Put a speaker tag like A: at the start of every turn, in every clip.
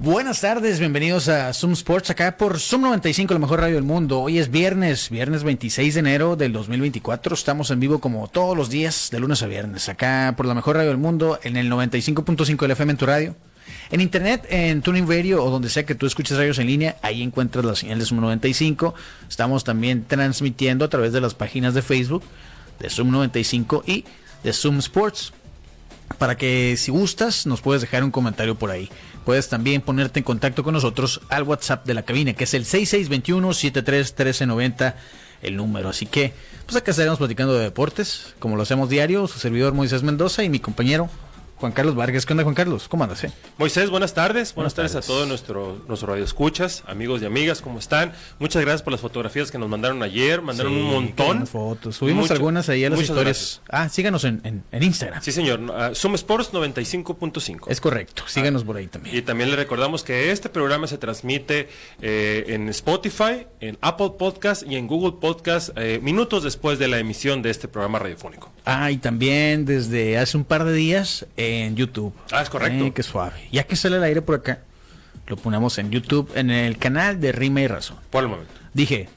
A: Buenas tardes, bienvenidos a Zoom Sports, acá por Zoom 95, la mejor radio del mundo. Hoy es viernes, viernes 26 de enero del 2024. Estamos en vivo como todos los días, de lunes a viernes, acá por la mejor radio del mundo, en el 95.5 del FM en tu radio. En internet, en Tuning Radio o donde sea que tú escuches radios en línea, ahí encuentras la señal de Zoom 95. Estamos también transmitiendo a través de las páginas de Facebook de Zoom 95 y de Zoom Sports para que si gustas nos puedes dejar un comentario por ahí. Puedes también ponerte en contacto con nosotros al WhatsApp de la cabina, que es el 6621-731390, el número. Así que, pues acá estaremos platicando de deportes, como lo hacemos diario, su servidor Moisés Mendoza y mi compañero Juan Carlos Vargas. ¿Qué onda, Juan Carlos? ¿Cómo andas? Eh?
B: Moisés, buenas tardes. Buenas, buenas tardes. tardes. a todos nuestros nuestro radioescuchas, amigos y amigas, ¿cómo están? Muchas gracias por las fotografías que nos mandaron ayer. Mandaron sí, un montón.
A: Fotos. Subimos Mucho, algunas ahí a las historias. Gracias. Ah, síganos en, en, en, Instagram.
B: Sí, señor. Uh, Zoom Sports 95.5.
A: Es correcto. Síganos ah, por ahí también.
B: Y también le recordamos que este programa se transmite eh, en Spotify, en Apple Podcast y en Google Podcast eh, minutos después de la emisión de este programa radiofónico.
A: Ah, y también desde hace un par de días. Eh, en YouTube.
B: Ah, es correcto.
A: Eh, qué suave. Ya que sale el aire por acá, lo ponemos en YouTube, en el canal de Rima y Razón.
B: Por el momento.
A: Dije,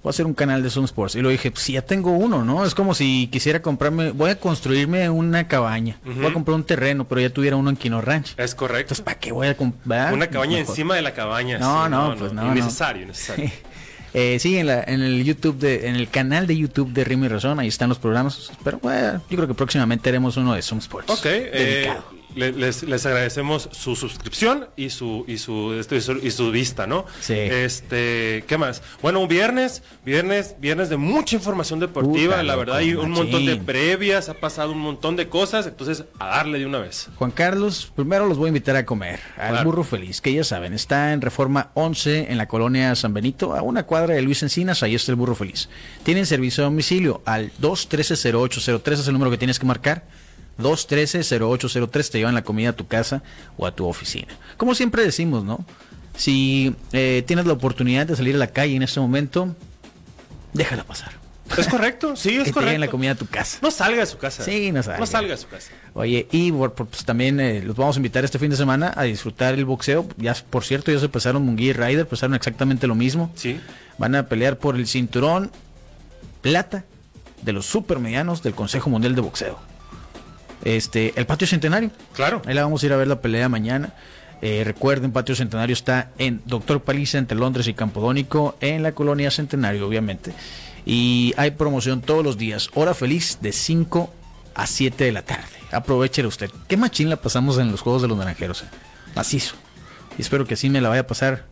A: voy a hacer un canal de Zoom Sports. Y lo dije, pues, si ya tengo uno, ¿no? Es como si quisiera comprarme, voy a construirme una cabaña. Uh -huh. Voy a comprar un terreno, pero ya tuviera uno en Quino Ranch.
B: Es correcto.
A: Entonces, ¿para qué voy a comprar?
B: Una cabaña Mejor. encima de la cabaña.
A: No, sí, no, no, pues no. no
B: innecesario, innecesario.
A: Sí. Eh, sí, en, la, en el YouTube de, en el canal de YouTube de Rima y Razón, ahí están los programas. Pero bueno, yo creo que próximamente haremos uno de Zoom Sports.
B: Ok, eh, les, les, agradecemos su suscripción y su y su, este, y su, y su vista, ¿no?
A: Sí.
B: Este, ¿qué más? Bueno, un viernes, viernes, viernes de mucha información deportiva, Puta, la verdad, hay un machín. montón de previas, ha pasado un montón de cosas, entonces a darle de una vez.
A: Juan Carlos, primero los voy a invitar a comer al claro. burro feliz, que ya saben, está en Reforma 11 en la colonia San Benito, a una cuadra de Luis Encinas, ahí está el burro feliz. Tienen servicio a domicilio al 213-0803, es el número que tienes que marcar. 213-0803 te llevan la comida a tu casa o a tu oficina. Como siempre decimos, ¿no? Si eh, tienes la oportunidad de salir a la calle en este momento, déjala pasar.
B: Es correcto, sí, es
A: que
B: correcto.
A: la comida a tu casa.
B: No salga de su casa.
A: Sí, no salga.
B: No salga de su casa.
A: Oye, y pues, también eh, los vamos a invitar este fin de semana a disfrutar el boxeo. Ya, por cierto, ya se pasaron Munguía y Ryder, pasaron exactamente lo mismo.
B: Sí.
A: Van a pelear por el cinturón plata de los supermedianos del Consejo Mundial de Boxeo. Este, el Patio Centenario.
B: Claro.
A: Ahí la vamos a ir a ver la pelea mañana. Eh, recuerden, Patio Centenario está en Doctor Paliza, entre Londres y Campodónico, en la colonia Centenario, obviamente. Y hay promoción todos los días. Hora feliz de 5 a 7 de la tarde. Aprovechela usted. Qué machín la pasamos en los Juegos de los Naranjeros. Eh? Macizo. Y espero que así me la vaya a pasar.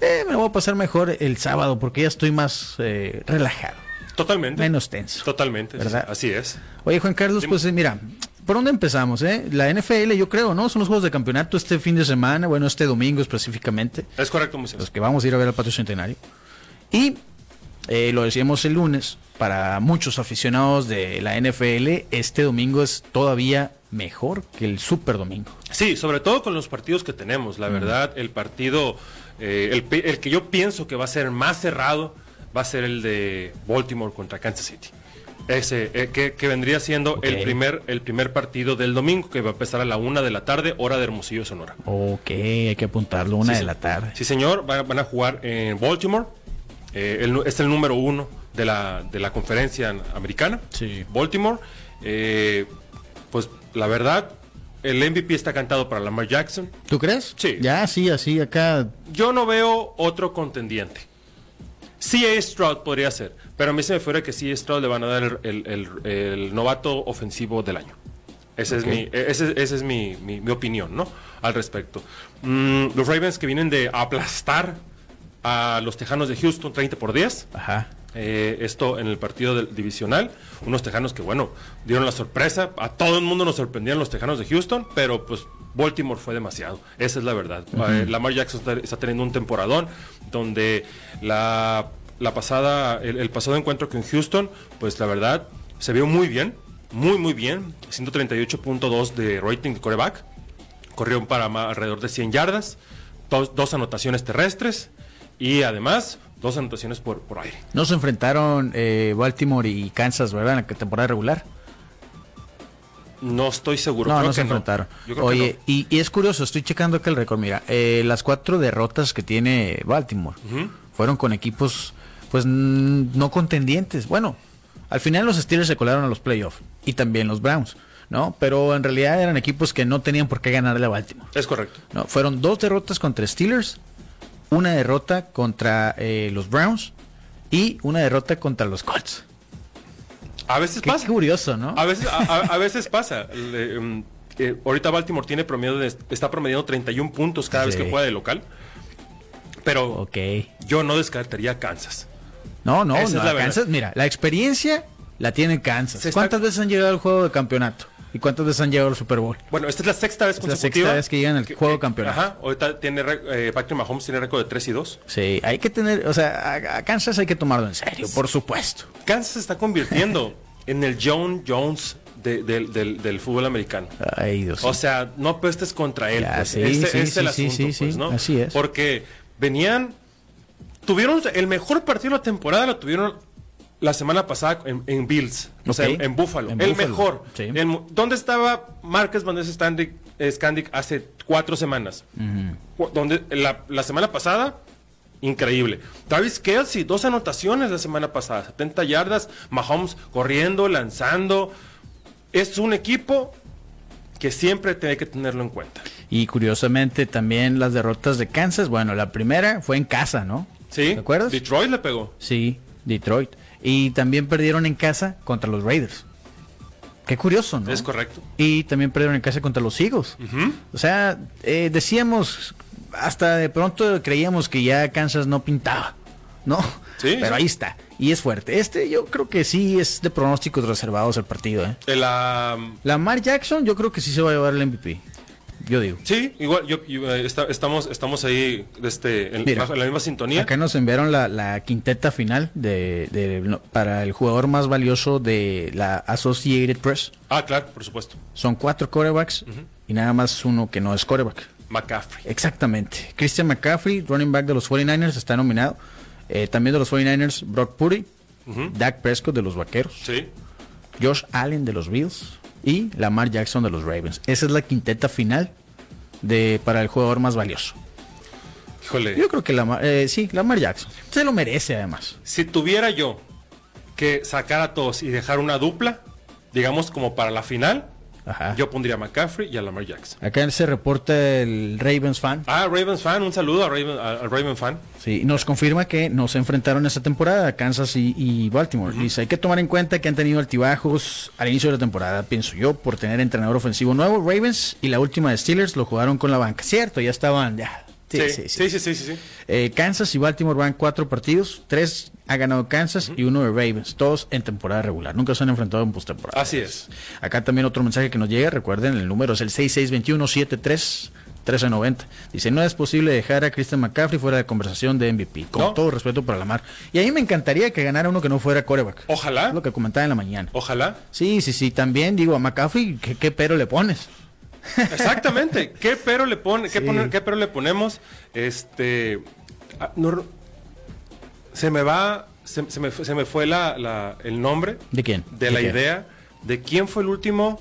A: Eh, me la voy a pasar mejor el sábado porque ya estoy más eh, relajado.
B: Totalmente.
A: Menos tenso.
B: Totalmente.
A: ¿verdad?
B: Así es.
A: Oye, Juan Carlos, pues mira, ¿Por dónde empezamos? Eh? La NFL, yo creo, ¿no? Son los juegos de campeonato este fin de semana, bueno, este domingo específicamente.
B: Es correcto, Moisés.
A: Los que vamos a ir a ver al Patio Centenario. Y eh, lo decíamos el lunes, para muchos aficionados de la NFL, este domingo es todavía mejor que el Super Domingo.
B: Sí, sobre todo con los partidos que tenemos, la mm. verdad, el partido, eh, el, el que yo pienso que va a ser más cerrado, va a ser el de Baltimore contra Kansas City. Ese, eh, que, que, vendría siendo okay. el, primer, el primer partido del domingo, que va a empezar a la una de la tarde, hora de Hermosillo, Sonora.
A: Ok, hay que apuntarlo, una sí, de la tarde.
B: Sí, señor, van, van a jugar en Baltimore. Eh, el, es el número uno de la, de la conferencia americana.
A: Sí.
B: Baltimore. Eh, pues la verdad, el MVP está cantado para Lamar Jackson.
A: ¿Tú crees?
B: Sí.
A: Ya, sí, así, acá.
B: Yo no veo otro contendiente. C.A. Stroud podría ser, pero a mí se me fuera que C.A. Stroud le van a dar el, el, el, el novato ofensivo del año. Ese okay. es mi, e, ese, ese es mi, mi, mi, opinión, ¿no? Al respecto. Mm, los Ravens que vienen de aplastar a los Tejanos de Houston 30 por 10.
A: Ajá.
B: Eh, esto en el partido del- divisional. Unos tejanos que, bueno, dieron la sorpresa. A todo el mundo nos sorprendían los tejanos de Houston, pero pues Baltimore fue demasiado. Esa es la verdad. Eh, Lamar Jackson está, está teniendo un temporadón donde la, la pasada, el, el pasado encuentro con Houston, pues la verdad se vio muy bien, muy, muy bien. 138.2 de rating de coreback. Corrieron para ma- alrededor de 100 yardas, dos, dos anotaciones terrestres y además dos anotaciones por, por aire.
A: No se enfrentaron eh, Baltimore y Kansas, ¿verdad? En la temporada regular.
B: No estoy seguro.
A: No,
B: creo
A: no
B: que
A: se enfrentaron.
B: Yo creo
A: Oye,
B: que no.
A: y, y es curioso, estoy checando acá el récord. Mira, eh, las cuatro derrotas que tiene Baltimore fueron con equipos, pues, n- no contendientes. Bueno, al final los Steelers se colaron a los playoffs y también los Browns, ¿no? Pero en realidad eran equipos que no tenían por qué ganarle a Baltimore.
B: Es correcto.
A: No, fueron dos derrotas contra Steelers, una derrota contra eh, los Browns y una derrota contra los Colts.
B: A veces
A: Qué
B: pasa.
A: curioso, ¿no?
B: A veces, a, a- a veces pasa. Le- em, eh, ahorita Baltimore tiene promedio de- está promediando 31 puntos cada vez
A: Sí.
B: que juega de local. Pero
A: Ok.
B: yo no descartaría a Kansas.
A: No, no,
B: Esa es
A: no
B: la verdad.
A: Kansas, mira, la experiencia la tiene Kansas.
B: Se está-
A: ¿Cuántas veces han llegado al juego de campeonato? ¿Y cuántas veces han llegado al Super Bowl?
B: Bueno, esta es la sexta vez
A: Es la
B: consecutiva.
A: sexta vez que llegan al juego campeonato.
B: Ajá. Ahorita tiene, re- eh, Patrick Mahomes tiene récord de 3 y 2.
A: Sí, hay que tener, o sea, a, a Kansas hay que tomarlo en serio, por supuesto.
B: Kansas se está convirtiendo en el John Jones de- del- del- del fútbol americano.
A: Ay, Dios.
B: O sea, no pestes contra él.
A: Ya,
B: pues.
A: sí,
B: Ese-
A: sí,
B: ese es el
A: sí, sí,
B: asunto,
A: sí, sí.
B: pues, ¿no?
A: Así es.
B: Porque venían. Tuvieron el mejor partido de la temporada, lo tuvieron la semana pasada en, en Bills, o sea,
A: Ok.
B: en Buffalo.
A: En
B: el
A: Buffalo,
B: mejor.
A: sí.
B: El mu- ¿Dónde estaba Marcus Van eh, Scandic, hace cuatro semanas? Cu- Donde la, la semana pasada, increíble. Travis Kelsey, dos anotaciones la semana pasada, 70 yardas. Mahomes corriendo, lanzando. Es un equipo que siempre tiene que tenerlo en cuenta.
A: Y curiosamente también las derrotas de Kansas, bueno, la primera fue en casa, ¿no?
B: ¿Sí?
A: ¿Te acuerdas?
B: Detroit le pegó.
A: Sí, Detroit. Y también perdieron en casa contra los Raiders. Qué curioso, ¿no?
B: Es correcto.
A: Y también perdieron en casa contra los Eagles. O sea, eh, decíamos, hasta de pronto creíamos que ya Kansas no pintaba, ¿no?
B: Sí,
A: Pero
B: sí.
A: ahí está. Y es fuerte. Este yo creo que sí es de pronósticos reservados el partido, ¿eh?
B: El, am,
A: Lamar Jackson yo creo que sí se va a llevar el MVP. Yo digo.
B: sí, igual, yo, yo, eh, está- estamos, estamos ahí este, en,
A: Mira,
B: bajo la misma sintonía.
A: Acá nos enviaron la, la quinteta final de, de- no, para el jugador más valioso de la Associated Press.
B: Ah, claro, por supuesto.
A: Son cuatro corebacks y nada más uno que no es coreback.
B: McCaffrey.
A: Exactamente. Christian McCaffrey, running back de los 49ers, está nominado. Eh, también de los 49ers, Brock Purdy, Dak Prescott de los Vaqueros,
B: Sí.
A: Josh Allen de los Bills y Lamar Jackson de los Ravens. Esa es la quinteta final de para el jugador más valioso.
B: Híjole.
A: Yo creo que Lamar, eh, sí, Lamar Jackson. Se lo merece además.
B: Si tuviera yo que sacar a todos y dejar una dupla, digamos como para la final,
A: Ajá.
B: yo pondría a McCaffrey y a Lamar Jackson.
A: Acá se reporta el Ravens fan.
B: Ah, Ravens fan, un saludo a Raven, a- al Raven fan.
A: Sí, nos confirma que no se enfrentaron esta temporada Kansas y, y Baltimore. Dice, hay que tomar en cuenta que han tenido altibajos al inicio de la temporada, pienso yo, por tener entrenador ofensivo nuevo, Ravens, y la última de Steelers lo jugaron con la banca. Cierto, ya estaban, ya. Sí, sí, sí.
B: sí, sí, sí, sí.
A: Eh, Kansas y Baltimore van cuatro partidos, tres ha ganado Kansas y uno de Ravens, todos en temporada regular. Nunca se han enfrentado en postemporada.
B: Así es.
A: Acá también otro mensaje que nos llega, recuerden, el número es el 6621-73-1390. Dice, no es posible dejar a Christian McCaffrey fuera de conversación de MVP, con
B: No.
A: todo respeto para Lamar. Y a mí me encantaría que ganara uno que no fuera coreback.
B: Ojalá.
A: Es Lo que comentaba en la mañana.
B: Ojalá.
A: Sí, sí, sí, también digo a McCaffrey, ¿qué, qué pero le pones?
B: Exactamente. ¿Qué pero le pone, qué,
A: Sí.
B: poner- qué pero le ponemos? Este ah, no- se me va se, se me, fue- se me fue la, la- el nombre
A: ¿De quién?
B: de,
A: ¿De
B: la
A: quién?
B: idea de quién fue el último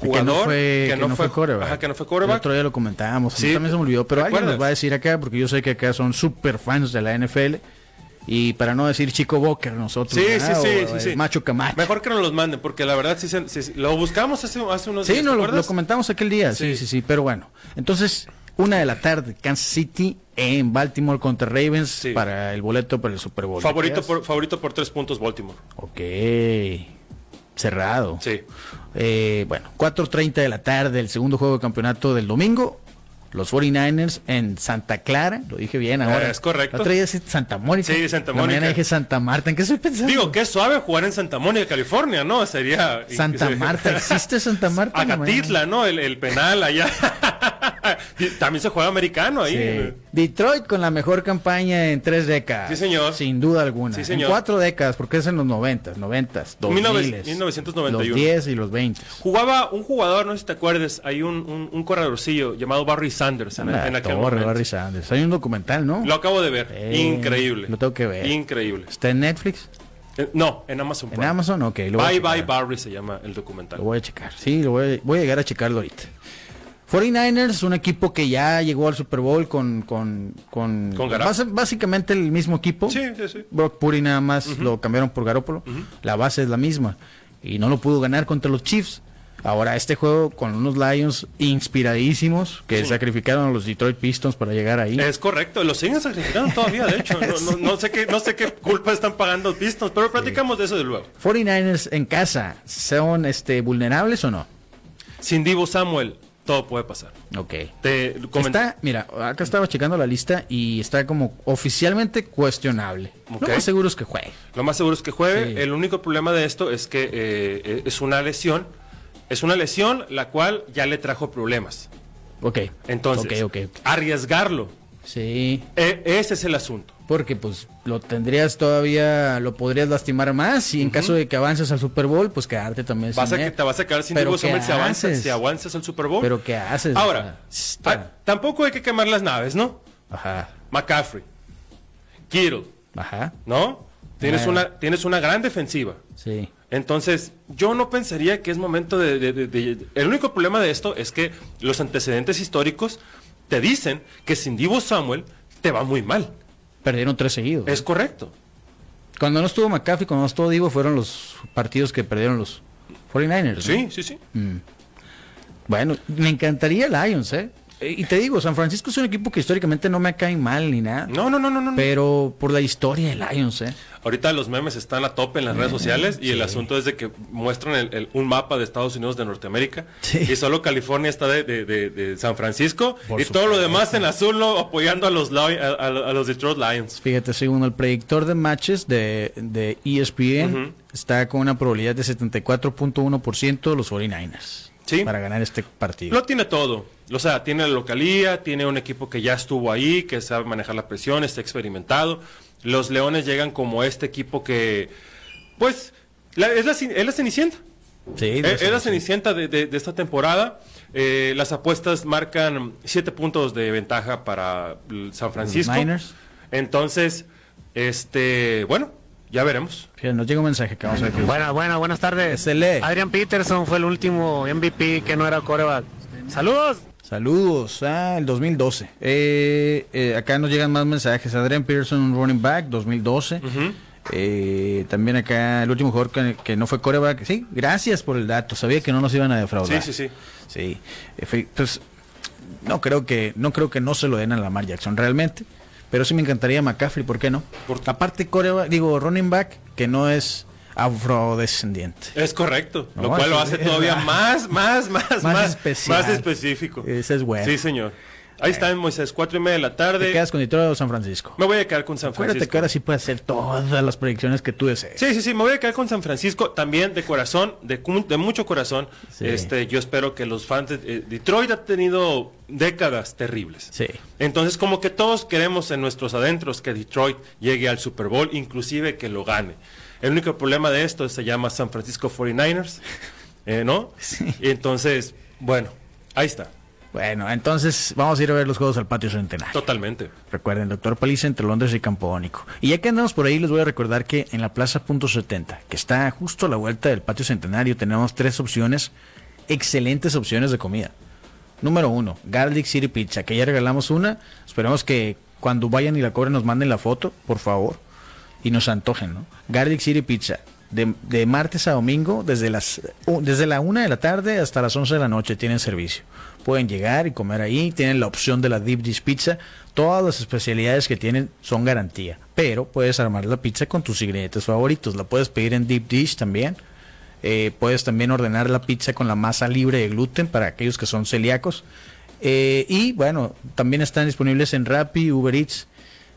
A: Que no
B: jugador
A: fue, que no fue, coreback.
B: ajá, que no fue
A: El
B: quarterback.
A: otro día lo comentábamos, a mí
B: Sí.
A: también se me olvidó, pero alguien nos
B: ¿Recuerdas?
A: va a decir acá, porque yo sé que acá son super fans de la NFL. Y para no decir Chico Boker nosotros,
B: Sí, sí,
A: ¿verdad?
B: sí,
A: O,
B: sí,
A: eh,
B: sí.
A: Macho Camacho.
B: Mejor que nos los manden, porque la verdad sí, se- sí- sí, lo buscamos hace, hace unos
A: Sí,
B: días.
A: no,
B: ¿te
A: lo, lo
B: acuerdas?
A: comentamos aquel día. Sí. sí,
B: Sí.
A: sí, pero bueno. Entonces, una de la tarde, Kansas City en Baltimore contra Ravens
B: Sí.
A: para el boleto para el Super Bowl.
B: favorito, por, favorito por tres puntos Baltimore.
A: Ok. Cerrado.
B: Sí.
A: Eh, bueno, 4.30 de la tarde, el segundo juego de campeonato del domingo. los 49ers en Santa Clara, lo dije bien ahora.
B: Eh, Es correcto.
A: La otra día es Santa Mónica.
B: Sí, Santa
A: La mañana
B: Mónica.
A: dije Santa Marta, ¿en qué estoy pensando?
B: Digo, qué suave jugar en Santa Mónica, California, ¿no? Sería.
A: Santa Marta, ¿existe Santa Marta? No,
B: Acatitla, ¿no? El, el penal allá. Y También se juega americano ahí. eh.
A: Sí. Detroit con la mejor campaña en tres décadas.
B: Sí, señor.
A: Sin duda alguna.
B: Sí, señor.
A: En cuatro décadas, porque es en los noventas, noventas, dos
B: 19- 1991.
A: Los diez y los veinte.
B: Jugaba un jugador, no sé si te acuerdas, hay un, un, un corredorcillo llamado Barry Sanders en, en
A: La
B: aquel
A: torre,
B: momento.
A: Barry Sanders. Hay un documental, ¿no?
B: Lo acabo de ver.
A: Eh,
B: Increíble.
A: lo tengo que ver.
B: Increíble.
A: ¿Está en Netflix?
B: Eh, No, en Amazon.
A: ¿En
B: Prime.
A: Amazon? Ok, lo voy a
B: Bye Bye
A: checar.
B: Barry se llama el documental.
A: Lo voy a checar. Sí, lo voy a, voy a llegar a checarlo ahorita. 49ers, un equipo que ya llegó al Super Bowl con... Con, con,
B: Con Garoppolo.
A: basa- básicamente el mismo equipo.
B: Sí, sí, sí.
A: Brock Purdy nada más lo cambiaron por Garoppolo. La base es la misma. Y no lo pudo ganar contra los Chiefs. Ahora este juego con unos Lions inspiradísimos que sacrificaron a los Detroit Pistons para llegar ahí.
B: Es correcto, lo siguen sacrificando todavía, de hecho. No, no- no sé, qué, no sé qué culpa están pagando los Pistons, pero platicamos de eso de luego.
A: 49ers en casa, ¿son este vulnerables o no?
B: Sin Divo Samuel, todo puede pasar.
A: Ok.
B: Te comenté.
A: Está, mira, acá estaba checando la lista y está como oficialmente cuestionable.
B: Ok.
A: Lo más seguro es que juegue.
B: Lo más seguro es que juegue.
A: Sí.
B: El único problema de esto es que eh, eh, es una lesión. Es una lesión la cual ya le trajo problemas.
A: Ok.
B: Entonces,
A: Ok, ok.
B: arriesgarlo.
A: Sí,
B: eh, ese es el asunto.
A: porque pues lo tendrías todavía, lo podrías lastimar más y en caso de que avances al Super Bowl, pues quedarte también
B: Vas a
A: sin
B: que
A: él.
B: te vas a quedar sin
A: Pero
B: Divo
A: ¿qué
B: Samuel si avanzas,
A: haces?
B: si avanzas al Super Bowl.
A: Pero ¿qué haces?
B: Ahora,
A: O sea,
B: ah, tampoco hay que quemar las naves, ¿no?
A: Ajá,
B: McCaffrey, Kittle,
A: ajá,
B: ¿no? Tienes,
A: Bueno.
B: una, tienes una gran defensiva.
A: sí.
B: Entonces, yo no pensaría que es momento de, de- de- de- El único problema de esto es que los antecedentes históricos te dicen que sin Divo Samuel te va muy mal.
A: Perdieron tres seguidos.
B: Es correcto.
A: Cuando no estuvo McCaffrey, cuando no estuvo Divo, fueron los partidos que perdieron los 49ers. ¿no?
B: Sí, sí, sí.
A: Bueno, me encantaría Lions, ¿eh? Eh, Y te digo, San Francisco es un equipo que históricamente no me cae mal ni nada.
B: No, no, no, no, no. no.
A: Pero por la historia de Lions, ¿eh?
B: Ahorita los memes están a tope en las redes sociales y el asunto es de que muestran el- el- un mapa de Estados Unidos de Norteamérica
A: Sí.
B: y solo California está de, de- de- de San Francisco
A: Por
B: y todo lo
A: supuesto.
B: demás en azul ¿no? apoyando a los, Lion- a, a- a los Detroit Lions.
A: Fíjate, según el predictor de matches de, de E ESPN, está con una probabilidad de 74.1% los 49ers
B: Sí.
A: para ganar este partido.
B: Lo tiene todo. O sea, tiene la localía, tiene un equipo que ya estuvo ahí, que sabe manejar la presión, está experimentado. Los Leones llegan como este equipo que, pues, la- es, la, cin- es la Cenicienta.
A: Sí,
B: Eh,
A: de
B: Es,
A: eso
B: la
A: sí.
B: Cenicienta de, de- de esta temporada. Eh, las apuestas marcan siete puntos de ventaja para el San Francisco.
A: Niners.
B: Entonces, este, bueno, ya veremos.
A: Fíjate, nos llega un mensaje que vamos a ver. qué dice.
C: Buenas, buenas, buenas tardes.
A: Se lee.
C: Adrian Peterson fue el último MVP que no era coreback. ¡Saludos!
A: Saludos al 2012. Eh, eh, acá nos llegan más mensajes. Adrian Pearson, un running back, 2012. Eh, también acá el último jugador que, que no fue coreback. Sí, gracias por el dato. Sabía que no nos iban a defraudar.
B: Sí, sí, sí.
A: Sí. Eh, fue- pues no creo que no creo que no se lo den a Lamar Jackson realmente. Pero sí me encantaría McCaffrey, ¿por qué no?
B: ¿Por qué?
A: Aparte coreback, digo running back que no es afrodescendiente.
B: Es correcto, lo
A: No,
B: cual lo
A: sí,
B: hace
A: es
B: todavía
A: verdad.
B: más, más, más,
A: Más
B: más,
A: especial.
B: más específico.
A: Ese es bueno.
B: Sí, señor. Ahí está en Moisés, cuatro y media de la
A: Te
B: tarde.
A: quedas con Detroit o San Francisco.
B: Me voy a quedar con San
A: Acuérdate que
B: Francisco.
A: ahora sí puedes hacer todas las predicciones que tú desees.
B: Sí, sí, sí, me voy a quedar con San Francisco también de corazón, de, cu- de mucho corazón.
A: Sí.
B: Este, yo espero que los fans de eh, Detroit ha tenido décadas terribles.
A: Sí.
B: Entonces, como que todos queremos en nuestros adentros que Detroit llegue al Super Bowl, inclusive que lo gane. El único problema de esto se llama San Francisco 49ers, eh, ¿no?
A: Sí.
B: Y entonces, bueno, ahí está,
A: Bueno, entonces vamos a ir a ver los juegos al patio centenario.
B: totalmente.
A: Recuerden, doctor Paliza entre Londres y Campodónico. Y ya que andamos por ahí, les voy a recordar que en la Plaza Punto 70, que está justo a la vuelta del patio centenario, tenemos tres opciones, excelentes opciones de comida. Número uno, Garlic City Pizza, que ya regalamos una. Esperemos que cuando vayan y la cobren nos manden la foto, por favor, y nos antojen, ¿no? Garlic City Pizza, de, de martes a domingo, desde las u- desde la una de la tarde hasta las 11 de la noche tienen servicio. Pueden llegar y comer ahí, tienen la opción de la Deep Dish Pizza. Todas las especialidades que tienen son garantía, pero puedes armar la pizza con tus ingredientes favoritos. La puedes pedir en Deep Dish también. Eh, puedes también ordenar la pizza con la masa libre de gluten para aquellos que son celíacos. Eh, y bueno, también están disponibles en Rappi, Uber Eats,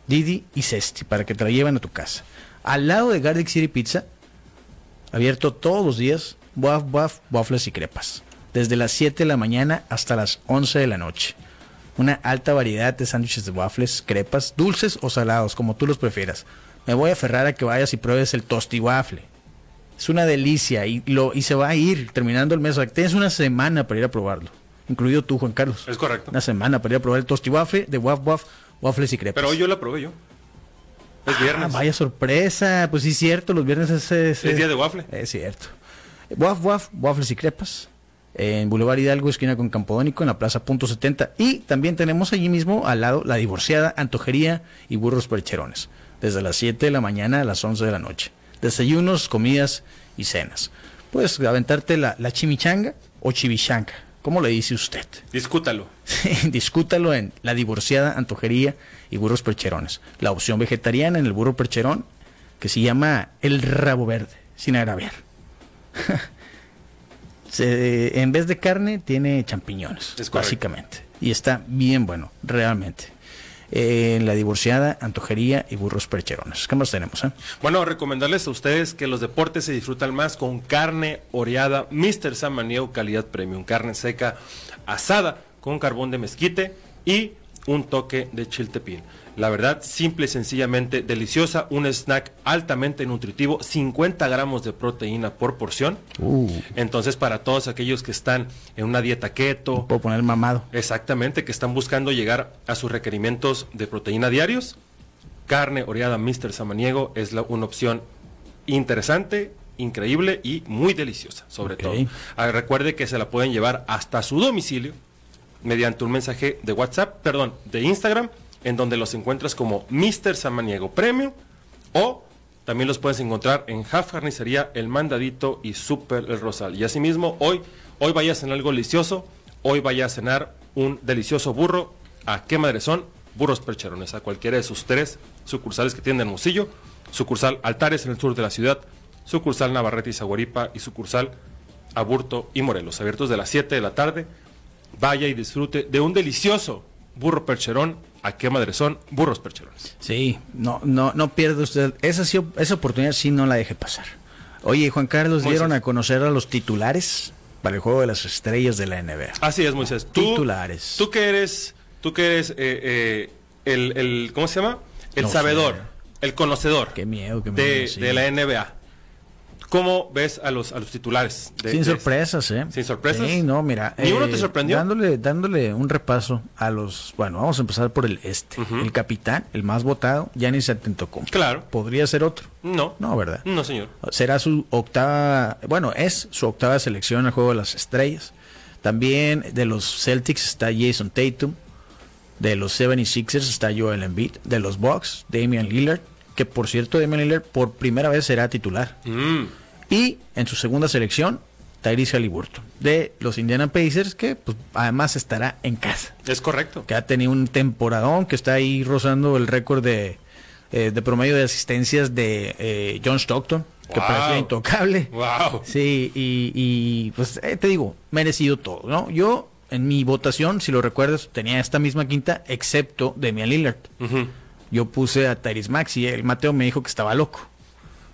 A: Didi y Cesti para que te la lleven a tu casa. Al lado de Garlic City Pizza, abierto todos los días, waf, waf, waffles y crepas. Desde las 7 de la mañana hasta las 11 de la noche. Una alta variedad de sándwiches de waffles, crepas, dulces o salados, como tú los prefieras. Me voy a aferrar a que vayas y pruebes el tosti waffle. Es una delicia y, lo, y se va a ir terminando el mes. O sea, Tienes una semana para ir a probarlo. Incluido tú, Juan Carlos.
B: Es correcto.
A: Una semana para ir a probar el tosti waffle de Waf Waf, waffles y crepas.
B: Pero hoy yo la probé yo. Es
A: pues. Ah,
B: viernes.
A: vaya sorpresa. Pues sí, cierto. Los viernes es, es,
B: Es día de waffle.
A: Es cierto. Waf Waf, waffles y crepas. En Boulevard Hidalgo, esquina con Campodónico, en la plaza Punto 70. Y también tenemos allí mismo al lado la divorciada, antojería y burros percherones. Desde las 7 de la mañana a las 11 de la noche. Desayunos, comidas y cenas. Puedes aventarte la, la chimichanga o chivichanga. ¿Cómo le dice usted?
B: Discútalo.
A: discútalo en La Divorciada Antojería y Burros Percherones. La opción vegetariana en el burro percherón que se llama El Rabo Verde, sin agraviar. Se- en vez de carne tiene champiñones,
B: Es correcto.
A: básicamente. Y está bien bueno, realmente. Eh, en la divorciada, antojería y burros percherones. ¿Qué más tenemos? eh?
B: Bueno, recomendarles a ustedes que los deportes se disfrutan más con carne oreada Mr. Samaniego calidad premium, carne seca asada con carbón de mezquite y un toque de chiltepín. La verdad, simple y sencillamente deliciosa, un snack altamente nutritivo, 50 gramos de proteína por porción. Entonces, para todos aquellos que están en una dieta keto,
A: Puedo poner mamado.
B: Exactamente, que están buscando llegar a sus requerimientos de proteína diarios. Carne oreada Mr. Samaniego es la, una opción interesante, increíble y muy deliciosa, sobre
A: Ok.
B: todo. Ah, recuerde que se la pueden llevar hasta su domicilio mediante un mensaje de WhatsApp, perdón, de Instagram, en donde los encuentras como Mr. Samaniego Premium o también los puedes encontrar en Half Carnicería, El Mandadito y Super El Rosal. Y asimismo, hoy, hoy vaya a cenar algo delicioso, hoy vaya a cenar un delicioso burro. ¿A qué madre son? Burros percherones, a cualquiera de sus tres sucursales que tienen en Hermosillo, sucursal Altares en el sur de la ciudad, sucursal Navarrete y Zaguaripa y sucursal Aburto y Morelos, abiertos de las 7 de la tarde. Vaya y disfrute de un delicioso burro percherón. ¿A qué madre son? Burros percherones.
A: Sí, no, no, no pierda usted. Esa, sí- esa oportunidad sí no la deje pasar. Oye, Juan Carlos,
B: Moisés.
A: dieron a conocer a los titulares para el juego de las estrellas de la NBA.
B: Así es, Moisés. Tú,
A: Titulares.
B: Tú que eres, tú que eres eh, eh, el, el- ¿cómo se llama? El
A: No sé.
B: sabedor, el conocedor.
A: Qué miedo, qué miedo,
B: De,
A: sí.
B: de la NBA. ¿Cómo ves a los, a los titulares? de-
A: Sin
B: de- este?
A: sorpresas, ¿eh?
B: ¿Sin sorpresas?
A: Sí, no, mira. eh,
B: ¿Ni uno te sorprendió?
A: Dándole, dándole un repaso a los. Bueno, vamos a empezar por el este. El capitán, el más votado, Giannis Antetokounmpo.
B: Claro.
A: Podría ser otro.
B: No.
A: No, ¿verdad?
B: No, señor.
A: Será su octava, bueno, es su octava selección al juego de las estrellas. También de los Celtics está Jason Tatum. De los 76ers está Joel Embiid. De los Bucks, Damian Lillard. Que por cierto, Damian Lillard por primera vez será titular.
B: Mm,
A: Y en su segunda selección, Tyrese Halliburton. De los Indiana Pacers, que pues, además estará en casa
B: es correcto.
A: que ha tenido un temporadón, que está ahí rozando el récord de, eh, de promedio de asistencias de eh, John Stockton, que
B: Wow.
A: parecía intocable.
B: Wow.
A: Sí, y, y, pues eh, te digo, merecido todo, ¿no? Yo, en mi votación, si lo recuerdas, tenía esta misma quinta, excepto Damian Lillard.
B: Ujú.
A: Yo puse a Tyrese Maxi, el Mateo me dijo que estaba loco.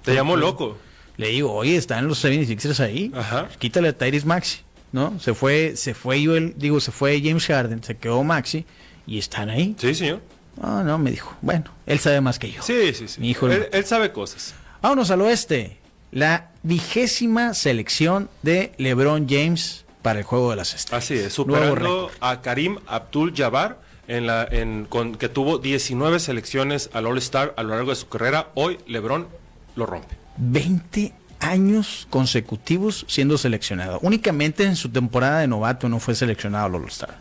B: Te llamó loco.
A: Le digo, oye, están los 76ers ahí.
B: Ajá.
A: Quítale a Tyrese Maxi, ¿no? Se fue, se fue Joel, digo, se fue James Harden, se quedó Maxi y están ahí.
B: Sí, señor.
A: Ah, no, me dijo. Bueno, él sabe más que yo.
B: Sí, sí, sí.
A: Mi hijo.
B: él, él sabe cosas.
A: Vámonos al oeste. La vigésima selección de LeBron James para el juego de las estrellas.
B: Así es,
A: Nuevo
B: superando
A: récord.
B: a Karim Abdul Jabbar en la en con que tuvo 19 selecciones al All-Star a lo largo de su carrera, hoy LeBron lo rompe.
A: 20 años consecutivos siendo seleccionado. Únicamente en su temporada de novato no fue seleccionado al All-Star.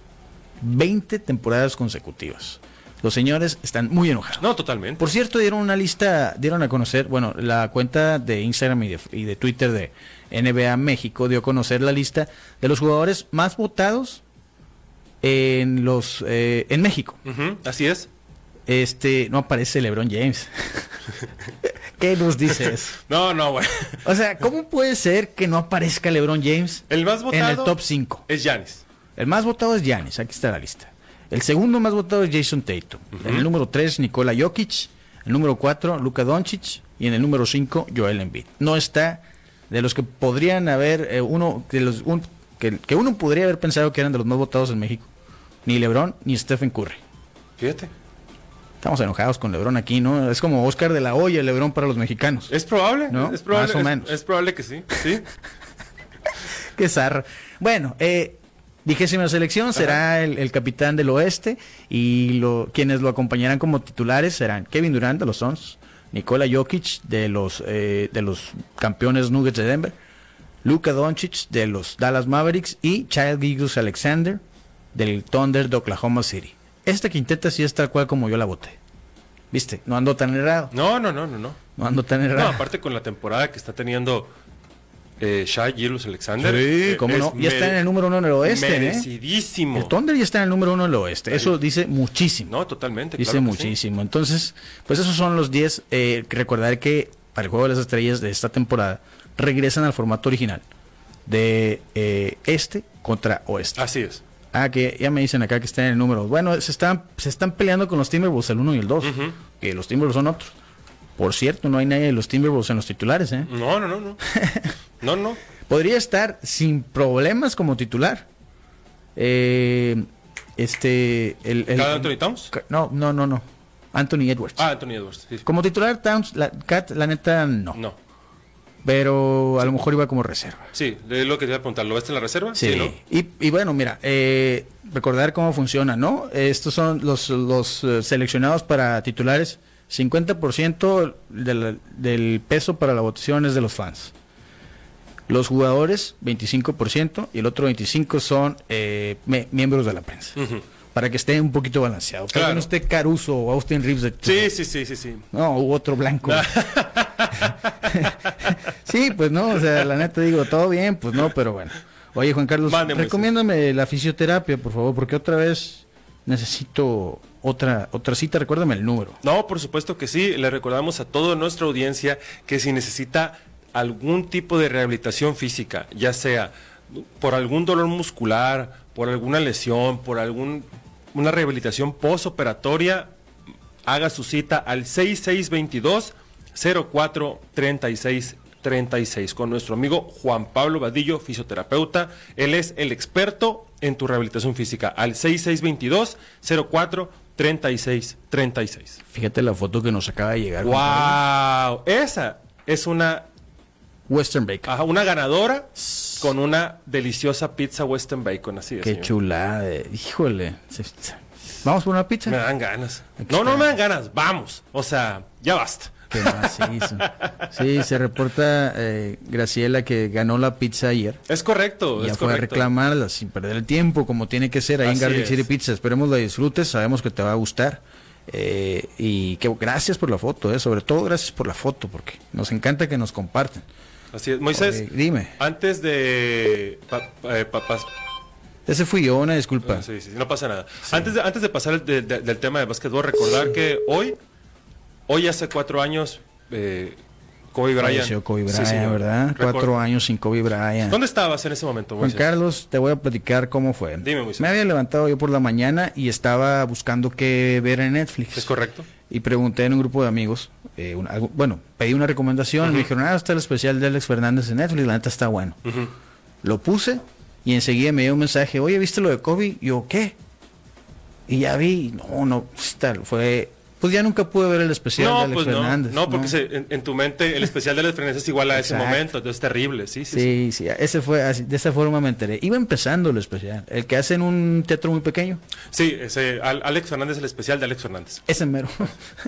A: 20 temporadas consecutivas. Los señores están muy enojados.
B: No, totalmente.
A: Por cierto, dieron una lista, dieron a conocer, bueno, la cuenta de Instagram y de, y de Twitter de NBA México dio a conocer la lista de los jugadores más votados en los eh, en México.
B: Ujú, así es.
A: Este, no aparece LeBron James. ¿Qué nos dice eso?
B: No, no, bueno.
A: O sea, ¿cómo puede ser que no aparezca LeBron James
B: El más votado
A: en el top 5?
B: es Giannis.
A: El más votado es Giannis, aquí está la lista. El segundo más votado es Jason Tatum. En el número 3, Nikola Jokic. En el número 4, Luka Doncic. Y en el número 5, Joel Embiid. No está de los que podrían haber, eh, uno, de los, un- que, que uno podría haber pensado que eran de los más votados en México. Ni LeBron ni Stephen Curry.
B: Fíjate.
A: Estamos enojados con LeBron aquí, ¿no? Es como Oscar de la Hoya, LeBron para los mexicanos.
B: Es probable,
A: ¿No?
B: es probable.
A: Más o
B: es-
A: menos.
B: Es, probable que sí, sí.
A: Qué zarra. Bueno, eh, Vigésima selección será el, el capitán del oeste y lo, quienes lo acompañarán como titulares serán Kevin Durant de los Suns, Nikola Jokic de los, eh, de los campeones Nuggets de Denver, Luka Doncic de los Dallas Mavericks y Child Giggs Alexander del Thunder de Oklahoma City. Esta quinteta sí es tal cual como yo la voté. ¿Viste? No ando tan errado.
B: No, no, no, no, no.
A: No ando tan
B: No,
A: errado.
B: aparte con la temporada que está teniendo eh, Shai Gilus Alexander.
A: Sí,
B: eh,
A: cómo
B: es
A: no. Ya está en el
B: mere-
A: número uno en el oeste, ¿eh?
B: Merecidísimo.
A: El Thunder ya está en el número uno del oeste. Eso dice muchísimo.
B: No, totalmente.
A: dice
B: claro que sí.
A: muchísimo. Entonces, pues esos son los 10. Eh, que recordar que para el Juego de las Estrellas de esta temporada regresan al formato original de eh, este contra oeste.
B: Así es.
A: Ah, que ya me dicen acá que está en el número. Bueno, se están, se están peleando con los Timberwolves el 1 y el 2. Que los Timberwolves son otros. Por cierto, no hay nadie de los Timberwolves en los titulares. ¿eh?
B: No, no, no, no. No, no.
A: Podría estar sin problemas como titular. Eh, este. El, el-
B: ¿Cada Anthony Towns?
A: Ca- No, no, no, no. Anthony Edwards.
B: Ah, Anthony Edwards. sí.
A: Como titular, Towns, la, Cat, la neta, no.
B: No.
A: Pero a lo mejor iba como reserva.
B: Sí, es lo que te iba a preguntar. ¿Lo ves en la reserva?
A: Sí.
B: ¿no?
A: y, y bueno, mira, eh, recordar cómo funciona, ¿no? Estos son los, los eh, seleccionados para titulares. 50% del, del peso para la votación es de los fans. Los jugadores, 25%, y el otro 25% son eh, me- miembros de la prensa.
B: Ujú.
A: Para que esté un poquito balanceado. Para que
B: Claro.
A: no esté Caruso o Austin Reeves de
B: Sí, sí, sí, sí, sí.
A: No, hubo otro blanco. sí, pues no, o sea, la neta digo, todo bien, pues no, pero bueno. Oye, Juan Carlos,
B: Mande, Moisés.
A: recomiéndame la fisioterapia, por favor, porque otra vez necesito otra otra cita, recuérdame el número.
B: No, por supuesto que sí. Le recordamos a toda nuestra audiencia que si necesita algún tipo de rehabilitación física, ya sea por algún dolor muscular, por alguna lesión, por algún una rehabilitación postoperatoria, haga su cita al 6622 043636 con nuestro amigo Juan Pablo Vadillo, fisioterapeuta. Él es el experto en tu rehabilitación física al 6622 043636
A: Fíjate la foto que nos acaba de llegar. Juan Carlos.
B: ¡Wow! Esa es una,
A: Western Bacon.
B: ajá, una ganadora con una deliciosa pizza Western Bacon, así es.
A: Qué
B: señor.
A: chulada. de- Híjole. Se- se- Vamos por una pizza.
B: Me dan ganas. No, no me dan ganas, vamos. O sea, ya basta.
A: ¿Qué más se hizo? Sí, se reporta eh, Graciela que ganó la pizza ayer.
B: Es correcto,
A: Ya
B: es
A: fue a
B: correcto.
A: reclamarla sin perder el tiempo, como tiene que ser ahí en
B: Así
A: Garlic
B: es.
A: City Pizza. Esperemos la disfrutes, sabemos que te va a gustar. Eh, y que gracias por la foto, eh, sobre todo gracias por la foto, porque nos encanta que nos compartan.
B: Así es. Moisés,
A: Oye, dime.
B: antes de. pa- pa- eh, pa- pas-
A: Ese fui yo, una disculpa.
B: ah, sí, sí, no pasa nada. Antes, de, antes de pasar el de- de- del tema de básquetbol, recordar que hoy, hoy hace cuatro años, eh, Kobe Bryant.
A: Falleció Kobe
B: Sí,
A: Bryant,
B: señor.
A: ¿verdad?
B: Record-
A: Cuatro años sin Kobe Bryant.
B: ¿Dónde estabas en ese momento,
A: Juan
B: Moisés?
A: Carlos, te voy a platicar cómo fue.
B: Dime, Moisés.
A: Me había levantado yo por la mañana y estaba buscando qué ver en Netflix.
B: ¿Es correcto?
A: Y pregunté en un grupo de amigos, eh, un- algo- bueno, pedí una recomendación, me dijeron, ah, está el especial de Alex Fernández en Netflix, la neta está bueno.
B: Ujú.
A: Lo puse y enseguida me dio un mensaje, oye, ¿viste lo de Kobe? Yo, ¿qué? Y ya vi, no, no, tal, fue, pues ya nunca pude ver el especial de
B: No,
A: Alex
B: pues no,
A: Fernández.
B: no, porque se- en, en tu mente el especial de la Fernández es igual a ese
A: Exacto.
B: momento, entonces es terrible, sí, sí. sí.
A: Sí, sí, ese fue, así- de esa forma me enteré. Iba empezando el especial, el que hace en un teatro muy pequeño.
B: Sí, ese, Al- Alex Fernández, el especial de Alex Fernández.
A: Ese mero.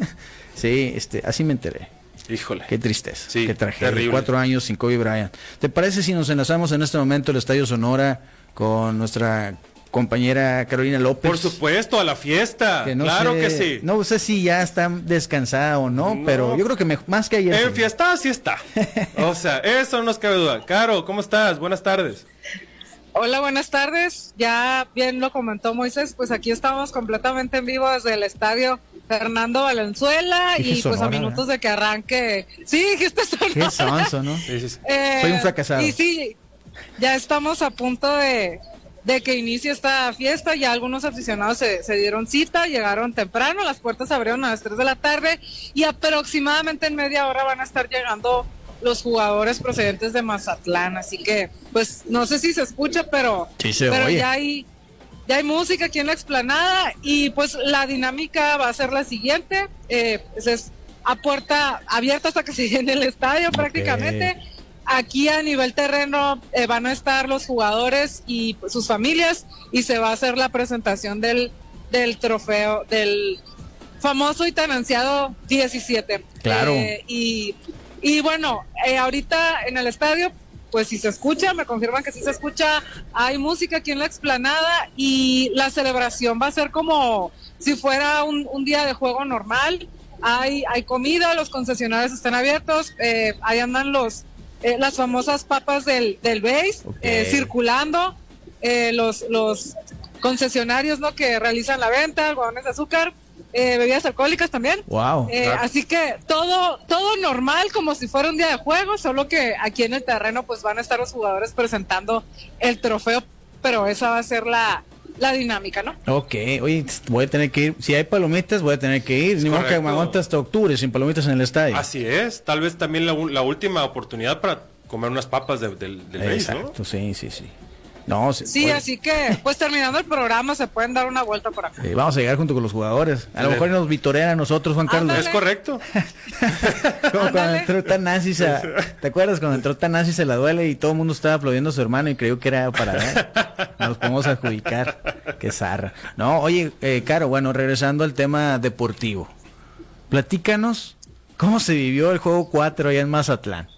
A: sí, este, así me enteré.
B: Híjole.
A: Qué tristeza.
B: Sí,
A: qué tragedia.
B: terrible.
A: Cuatro años sin Kobe Bryant. ¿Te parece si nos enlazamos en este momento al Estadio Sonora con nuestra compañera Carolina López?
B: Por supuesto, a la fiesta.
A: Que no
B: claro
A: sé-
B: que sí.
A: No sé si ya está descansada o no,
B: No.
A: pero yo creo que me- más que ayer.
B: En
A: señor.
B: fiesta sí está. O sea, eso no nos cabe duda. Caro, ¿cómo estás? Buenas tardes.
D: Hola, buenas tardes. Ya bien lo comentó Moisés, pues aquí estamos completamente en vivo desde el estadio Fernando Valenzuela
A: Dije
D: y pues
A: Sonora,
D: a minutos
A: ¿verdad?
D: de que arranque. Sí, dijiste Sonora.
A: Qué sonso, ¿no?
B: Sí, sí, sí.
D: Eh,
A: Soy un fracasado.
D: Y sí, ya estamos a punto de, de que inicie esta fiesta. Ya algunos aficionados se, se dieron cita, llegaron temprano, las puertas se abrieron a las 3 de la tarde y aproximadamente en media hora van a estar llegando los jugadores procedentes de Mazatlán. Así que, pues, no sé si se escucha, pero,
A: Sí se
D: pero
A: oye.
D: ya hay ya hay música aquí en la explanada y pues la dinámica va a ser la siguiente. Eh, pues, es a puerta abierta hasta que se llene el estadio prácticamente. Aquí a nivel terreno eh, van a estar los jugadores y pues, sus familias y se va a hacer la presentación del, del trofeo, del famoso y tan ansiado 17.
A: Claro.
D: Eh, y, y bueno, eh, ahorita en el estadio, pues si se escucha, me confirman que si se escucha, hay música aquí en la explanada y la celebración va a ser como si fuera un, un día de juego normal. Hay, hay comida, los concesionarios están abiertos, eh, ahí andan los eh, las famosas papas del, del BASE eh, circulando, eh, los, los concesionarios ¿no? que realizan la venta, algodones de azúcar, eh, bebidas alcohólicas también.
A: Wow.
D: Eh, así que todo todo normal como si fuera un día de juego, solo que aquí en el terreno pues van a estar los jugadores presentando el trofeo, pero esa va a ser la, la dinámica, ¿no?
A: Ok, oye, tss, voy a tener que ir. Si hay palomitas, voy a tener que ir. Ni modo que me
B: correcto.
A: aguante hasta octubre sin palomitas en el estadio.
B: Así es, tal vez también la, u- la última oportunidad para comer unas papas de- del, del Base, ¿no?
A: Exacto, sí, sí, sí. No, sí,
D: Sí,
A: oye,
D: así que pues terminando el programa se pueden dar una vuelta por acá.
A: eh, vamos a llegar junto con los jugadores. A lo mejor nos vitorean a nosotros, Juan Carlos.
B: Es correcto.
A: Como cuando
D: Ándale.
A: entró Tanasis a, ¿Te acuerdas cuando entró Tanasis a la duele y todo el mundo estaba aplaudiendo a su hermano y creyó que era para él? Nos podemos adjudicar. Qué zarra. No, oye, eh, Caro, bueno, regresando al tema deportivo. Platícanos cómo se vivió el juego 4 allá en Mazatlán.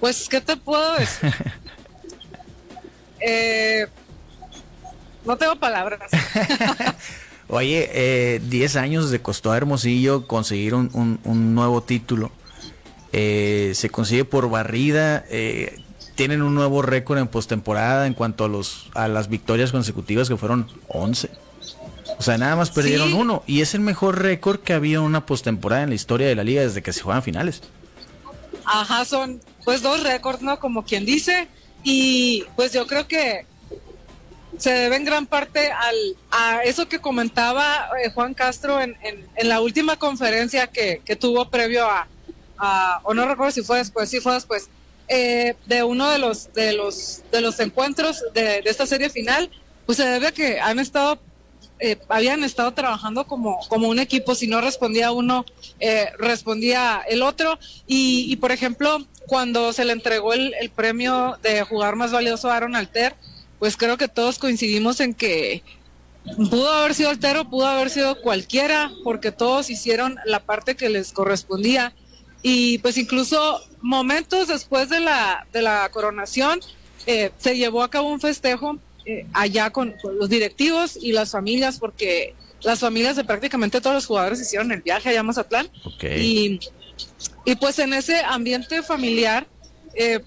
D: Pues, ¿qué te puedo decir? Eh, no tengo palabras.
A: Oye, eh, 10 años le costó a Hermosillo conseguir un, un- un nuevo título. Eh, se consigue por barrida. eh, tienen un nuevo récord en postemporada en cuanto a, los, a las victorias consecutivas que fueron 11. O sea, nada más perdieron
D: Sí.
A: uno. Y es el mejor récord que había en una postemporada en la historia de la liga desde que se juegan finales.
D: Ajá, son pues dos récords, ¿no? Como quien dice. Y pues yo creo que se debe en gran parte al, a eso que comentaba eh, Juan Castro en, en- en la última conferencia que, que tuvo previo a, a- o no recuerdo si fue después, sí fue después, eh, de uno de los, de los, de los encuentros de, de esta serie final, pues se debe a que han estado, eh, habían estado trabajando como, como un equipo, si no respondía uno, eh, respondía el otro, y, y, por ejemplo, cuando se le entregó el, el premio de jugar más valioso a Aaron Alter, pues creo que todos coincidimos en que pudo haber sido Altero, pudo haber sido cualquiera, porque todos hicieron la parte que les correspondía. Y pues incluso momentos después de la, de la coronación, eh, se llevó a cabo un festejo eh, allá con, con los directivos y las familias, porque las familias de prácticamente todos los jugadores hicieron el viaje allá a Mazatlán.
A: Ok.
D: Y, y pues en ese ambiente familiar eh,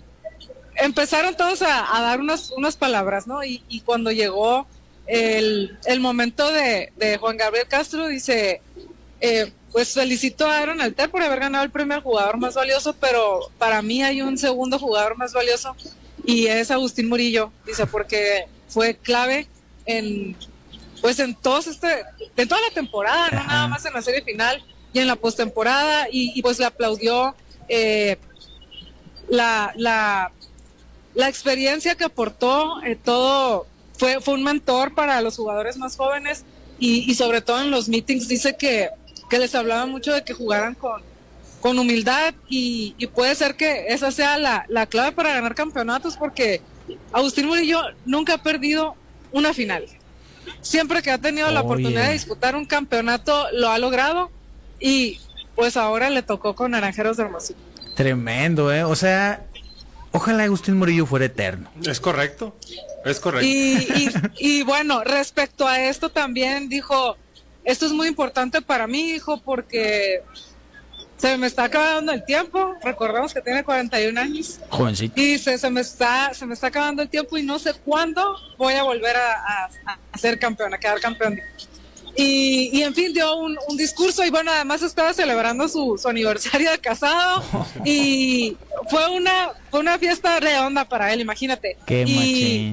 D: empezaron todos a, a dar unas, unas palabras, ¿no? Y, y cuando llegó el, el momento de, de Juan Gabriel Castro, dice, eh, pues felicito a Aaron Alter por haber ganado el premio al jugador más valioso, pero para mí hay un segundo jugador más valioso y es Agustín Murillo, dice, porque fue clave en pues en todos este, en toda la temporada, no nada más en la serie final y en la postemporada, y, y pues le aplaudió eh, la, la, la experiencia que aportó, eh, todo fue, fue un mentor para los jugadores más jóvenes y, y sobre todo en los meetings dice que, que les hablaba mucho de que jugaran con, con humildad y, y puede ser que esa sea la, la clave para ganar campeonatos porque Agustín Murillo nunca ha perdido una final. Siempre que ha tenido la
A: Oye.
D: oportunidad de disputar un campeonato lo ha logrado y pues ahora le tocó con Naranjeros de Hermosillo.
A: Tremendo, ¿eh? O sea, ojalá Agustín Murillo fuera eterno.
B: Es correcto. Es correcto.
D: Y, y- y bueno, respecto a esto también dijo, esto es muy importante para mí, hijo, porque se me está acabando el tiempo. Recordamos que tiene 41 años.
A: Jovencito.
D: Y dice, se me está, se me está acabando el tiempo y no sé cuándo voy a volver a, a- a ser campeón, a quedar campeón. Y, y, en fin, dio un, un, discurso y bueno, además estaba celebrando su, su aniversario de casado y fue una, fue una fiesta redonda para él, imagínate.
E: Qué
D: y,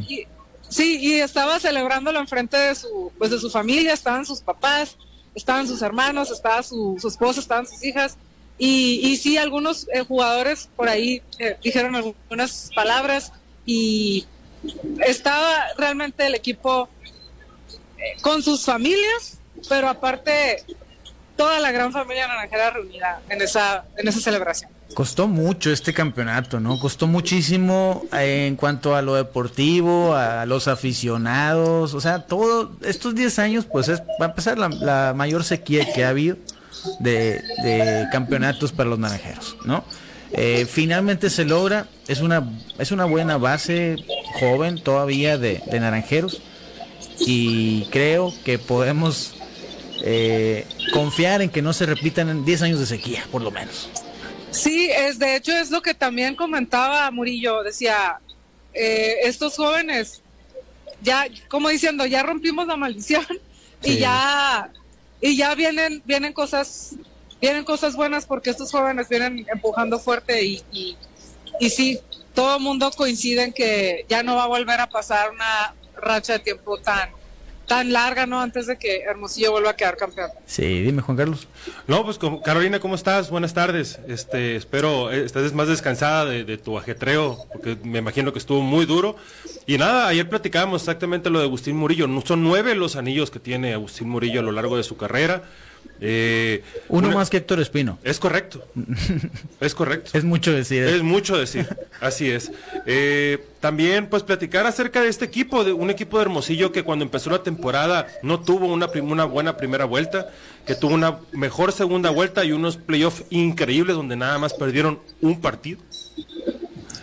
D: y, sí, y estaba celebrándolo enfrente de su, pues de su familia, estaban sus papás, estaban sus hermanos, estaba su, su esposa, estaban sus hijas. Y, y sí, algunos eh, jugadores por ahí eh, dijeron algunas palabras y estaba realmente el equipo con sus familias, pero aparte toda la gran familia naranjera reunida en esa, en esa celebración.
E: Costó mucho este campeonato, ¿no? Costó muchísimo eh, en cuanto a lo deportivo, a los aficionados, o sea, todo, estos 10 años pues es, va a empezar la, la, mayor sequía que ha habido de, de campeonatos para los naranjeros, ¿no? Eh, finalmente se logra, es una, es una buena base joven todavía de, de naranjeros, y creo que podemos eh, confiar en que no se repitan en 10 años de sequía, por lo menos.
D: Sí, es de hecho es lo que también comentaba Murillo, decía, eh, estos jóvenes, ya, como diciendo, ya rompimos la maldición sí. y ya, y ya vienen, vienen cosas, vienen cosas buenas porque estos jóvenes vienen empujando fuerte y, y, y sí, todo el mundo coincide en que ya no va a volver a pasar una, racha de tiempo tan tan larga, ¿no? Antes de que Hermosillo vuelva a quedar campeón.
E: Sí, dime Juan Carlos.
B: No, pues Carolina, ¿cómo estás? Buenas tardes. Este, espero estés más descansada de, de, tu ajetreo, porque me imagino que estuvo muy duro. Y nada, ayer platicábamos exactamente lo de Agustín Murillo. Son nueve los anillos que tiene Agustín Murillo a lo largo de su carrera. Eh,
E: Uno una... más que Héctor Espino.
B: Es correcto. es correcto.
E: Es mucho decir.
B: Es mucho decir. Así es. Eh, también, pues, platicar acerca de este equipo, de un equipo de Hermosillo que cuando empezó la temporada no tuvo una, una buena primera vuelta, que tuvo una mejor segunda vuelta y unos playoffs increíbles donde nada más perdieron un partido.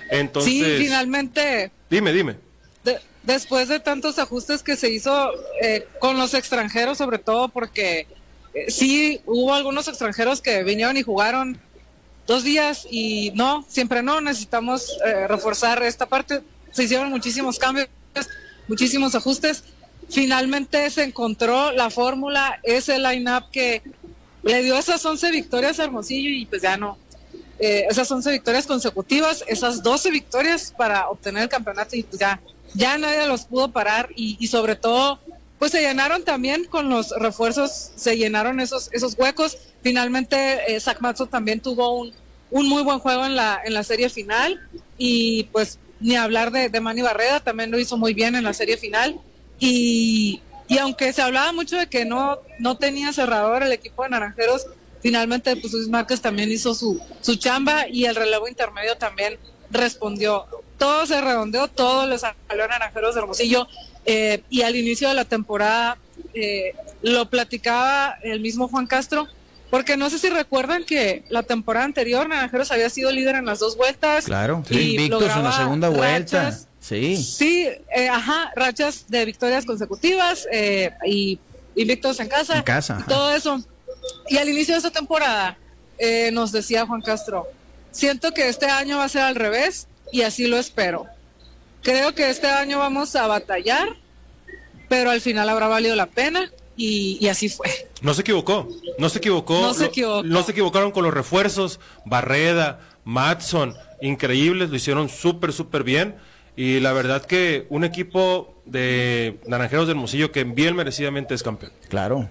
B: Entonces. Sí,
D: finalmente.
B: Dime, dime.
D: De, después de tantos ajustes que se hizo eh, con los extranjeros, sobre todo porque eh, sí hubo algunos extranjeros que vinieron y jugaron dos días y no, siempre no, necesitamos eh, reforzar esta parte. Se hicieron muchísimos cambios, muchísimos ajustes. Finalmente se encontró la fórmula, ese line-up que le dio esas 11 victorias a Hermosillo y pues ya no. Eh, esas 11 victorias consecutivas, esas 12 victorias para obtener el campeonato y pues ya, ya nadie los pudo parar y, y sobre todo pues se llenaron también con los refuerzos, se llenaron esos, esos huecos. Finalmente, eh, Zach Matzo también tuvo un, un, muy buen juego en la, en la serie final y pues ni hablar de, de Manny Barreda, también lo hizo muy bien en la serie final. Y, y aunque se hablaba mucho de que no, no tenía cerrador el equipo de Naranjeros, finalmente pues Luis Márquez también hizo su, su chamba y el relevo intermedio también respondió. Todo se redondeó, todo les salió Naranjeros de Hermosillo. Eh, y al inicio de la temporada eh, lo platicaba el mismo Juan Castro, porque no sé si recuerdan que la temporada anterior Naranjeros había sido líder en las dos vueltas.
E: Claro, sí, invictos en la segunda vuelta. Rachas, sí.
D: Sí, eh, ajá, rachas de victorias consecutivas eh, y invictos en casa.
E: En casa.
D: Y todo eso. Y al inicio de esta temporada eh, nos decía Juan Castro, siento que este año va a ser al revés y así lo espero creo que este año vamos a batallar, pero al final habrá valido la pena. Y, y así fue.
B: No se equivocó, no se equivocó.
D: No se,
B: Lo,
D: equivocó.
B: no se equivocaron con los refuerzos. Barreda, Matson, increíbles, lo hicieron súper, súper bien. Y la verdad que un equipo de Naranjeros del Hermosillo que bien merecidamente es campeón.
E: Claro.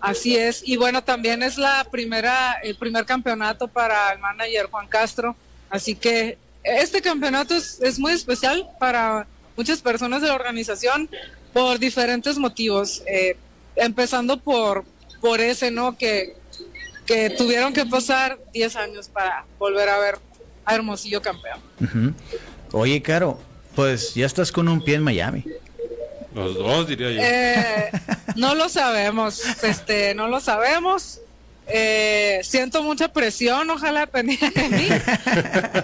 D: Así es. Y bueno, también es la primera, el primer campeonato para el manager Juan Castro. Así que este campeonato es, es, muy especial para muchas personas de la organización por diferentes motivos, eh, empezando por, por ese, ¿no? Que, que tuvieron que pasar 10 años para volver a ver a Hermosillo campeón.
E: Uh -huh. Oye, Caro, pues ya estás con un pie en Miami.
B: Los dos, diría yo.
D: Eh, no lo sabemos, este, no lo sabemos. Eh, siento mucha presión, ojalá dependiera de mí.